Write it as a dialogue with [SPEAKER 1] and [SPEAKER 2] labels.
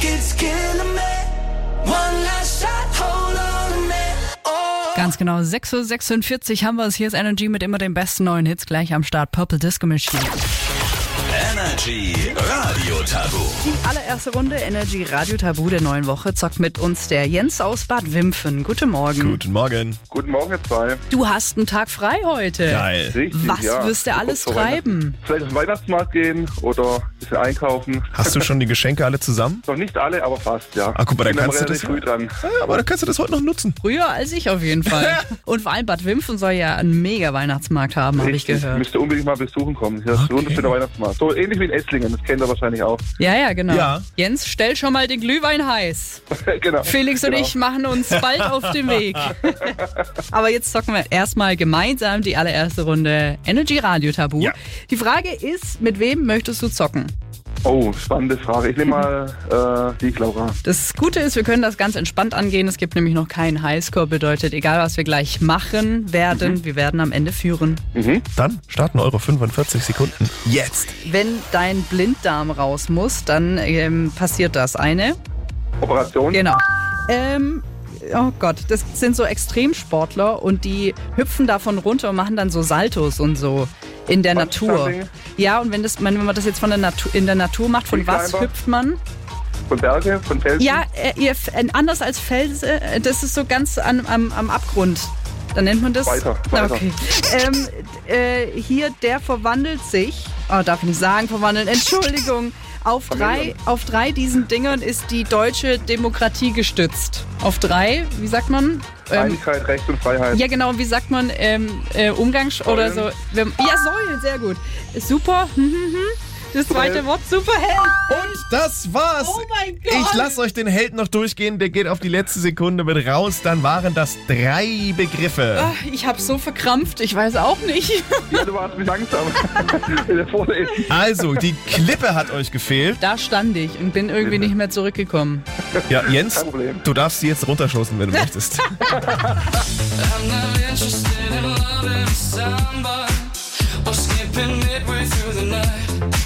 [SPEAKER 1] It's killing me. One last shot, hold on a minute. Oh.
[SPEAKER 2] Ganz genau, 6.46 Uhr haben wir es. Hier ist Energy mit immer den besten neuen Hits gleich am Start. Purple Disco Machine.
[SPEAKER 3] Energy Radio Tabu.
[SPEAKER 2] Die allererste Runde Energy Radio Tabu der neuen Woche zockt mit uns der Jens aus Bad Wimpfen. Guten Morgen.
[SPEAKER 4] Guten Morgen.
[SPEAKER 5] Guten Morgen, ihr zwei.
[SPEAKER 2] Du hast einen Tag frei heute.
[SPEAKER 4] Geil.
[SPEAKER 5] Richtig,
[SPEAKER 2] Was
[SPEAKER 5] ja.
[SPEAKER 2] wirst du alles
[SPEAKER 5] Kurz vor
[SPEAKER 2] treiben?
[SPEAKER 5] Weihnachten. Vielleicht zum Weihnachtsmarkt gehen oder ein bisschen einkaufen.
[SPEAKER 4] Hast du schon die Geschenke alle zusammen?
[SPEAKER 5] Noch nicht alle, aber fast, ja.
[SPEAKER 4] Ah, guck mal, dann
[SPEAKER 5] Bin aber
[SPEAKER 4] kannst du das-
[SPEAKER 5] relativ früh dran.
[SPEAKER 4] Ja, aber dann kannst du das heute noch nutzen.
[SPEAKER 2] Früher als ich auf jeden Fall. Und vor allem Bad Wimpfen soll ja einen mega Weihnachtsmarkt haben, habe ich
[SPEAKER 5] Richtig,
[SPEAKER 2] gehört.
[SPEAKER 5] Müsst ihr unbedingt mal besuchen kommen. Hier ist
[SPEAKER 4] Okay.
[SPEAKER 5] ein wunderschöner Weihnachtsmarkt. So ähnlich wie in Esslingen, das kennt ihr wahrscheinlich auch.
[SPEAKER 2] Ja, ja, genau.
[SPEAKER 4] Ja.
[SPEAKER 2] Jens, stell schon mal den Glühwein heiß.
[SPEAKER 5] genau.
[SPEAKER 2] Felix und
[SPEAKER 5] genau.
[SPEAKER 2] ich machen uns bald auf den Weg. Aber jetzt zocken wir erstmal gemeinsam die allererste Runde Energy Radio Tabu.
[SPEAKER 4] Ja.
[SPEAKER 2] Die Frage ist, mit wem möchtest du zocken?
[SPEAKER 5] Oh, spannende Frage. Ich nehme mal äh, die Laura.
[SPEAKER 2] Das Gute ist, wir können das ganz entspannt angehen. Es gibt nämlich noch keinen Highscore. Bedeutet, egal was wir gleich machen werden, wir werden am Ende führen.
[SPEAKER 4] Dann starten eure 45 Sekunden. Jetzt.
[SPEAKER 2] Wenn dein Blinddarm raus muss, dann ähm, passiert das eine.
[SPEAKER 5] Operation.
[SPEAKER 2] Genau. Ähm, oh Gott, das sind so Extremsportler und die hüpfen davon runter und machen dann so Saltos und so in der Natur.
[SPEAKER 5] Bungee-Jumping?
[SPEAKER 2] Ja, und wenn, das, wenn man das jetzt von der Natur, in der Natur macht, von was
[SPEAKER 5] Freeclimber?
[SPEAKER 2] hüpft man?
[SPEAKER 5] Von Berge, von Felsen.
[SPEAKER 2] Ja, äh, ihr, F- äh, anders als Felsen, äh, das ist so ganz an, am, am Abgrund. Dann nennt man das. Ah,
[SPEAKER 5] Weiter, weiter.
[SPEAKER 2] Okay. Ähm, äh, hier, der verwandelt sich. Oh, darf ich nicht sagen, verwandeln. Entschuldigung. Auf drei,
[SPEAKER 5] Vermindern.
[SPEAKER 2] auf drei diesen Dingern ist die deutsche Demokratie gestützt. Auf drei, wie sagt man? Ähm,
[SPEAKER 5] Einigkeit, Recht und Freiheit.
[SPEAKER 2] ja, genau, wie sagt man? Ähm, äh, Umgangs- oder so.
[SPEAKER 5] Säulen.
[SPEAKER 2] Wenn, ja, Säulen, sehr gut. Super. hm, hm, hm. Das zweite
[SPEAKER 5] Superheld.
[SPEAKER 2] Wort, Superheld.
[SPEAKER 4] Und das war's.
[SPEAKER 2] Oh mein Gott.
[SPEAKER 4] Ich lasse euch den Held noch durchgehen. Der geht auf die letzte Sekunde mit raus. Dann waren das drei Begriffe.
[SPEAKER 2] Ah, Ich habe so verkrampft, ich weiß auch nicht.
[SPEAKER 5] Ja, du warst mich langsam. in der
[SPEAKER 2] Ah.
[SPEAKER 5] Vorlesung.
[SPEAKER 4] Also, die Klippe hat euch gefehlt.
[SPEAKER 2] Da stand ich und bin irgendwie nicht mehr zurückgekommen.
[SPEAKER 4] Ja, Jens,
[SPEAKER 5] Kein Problem.
[SPEAKER 4] du darfst sie jetzt runterstoßen, wenn du möchtest.
[SPEAKER 1] I'm not interested in loving someone or skipping midway through the night.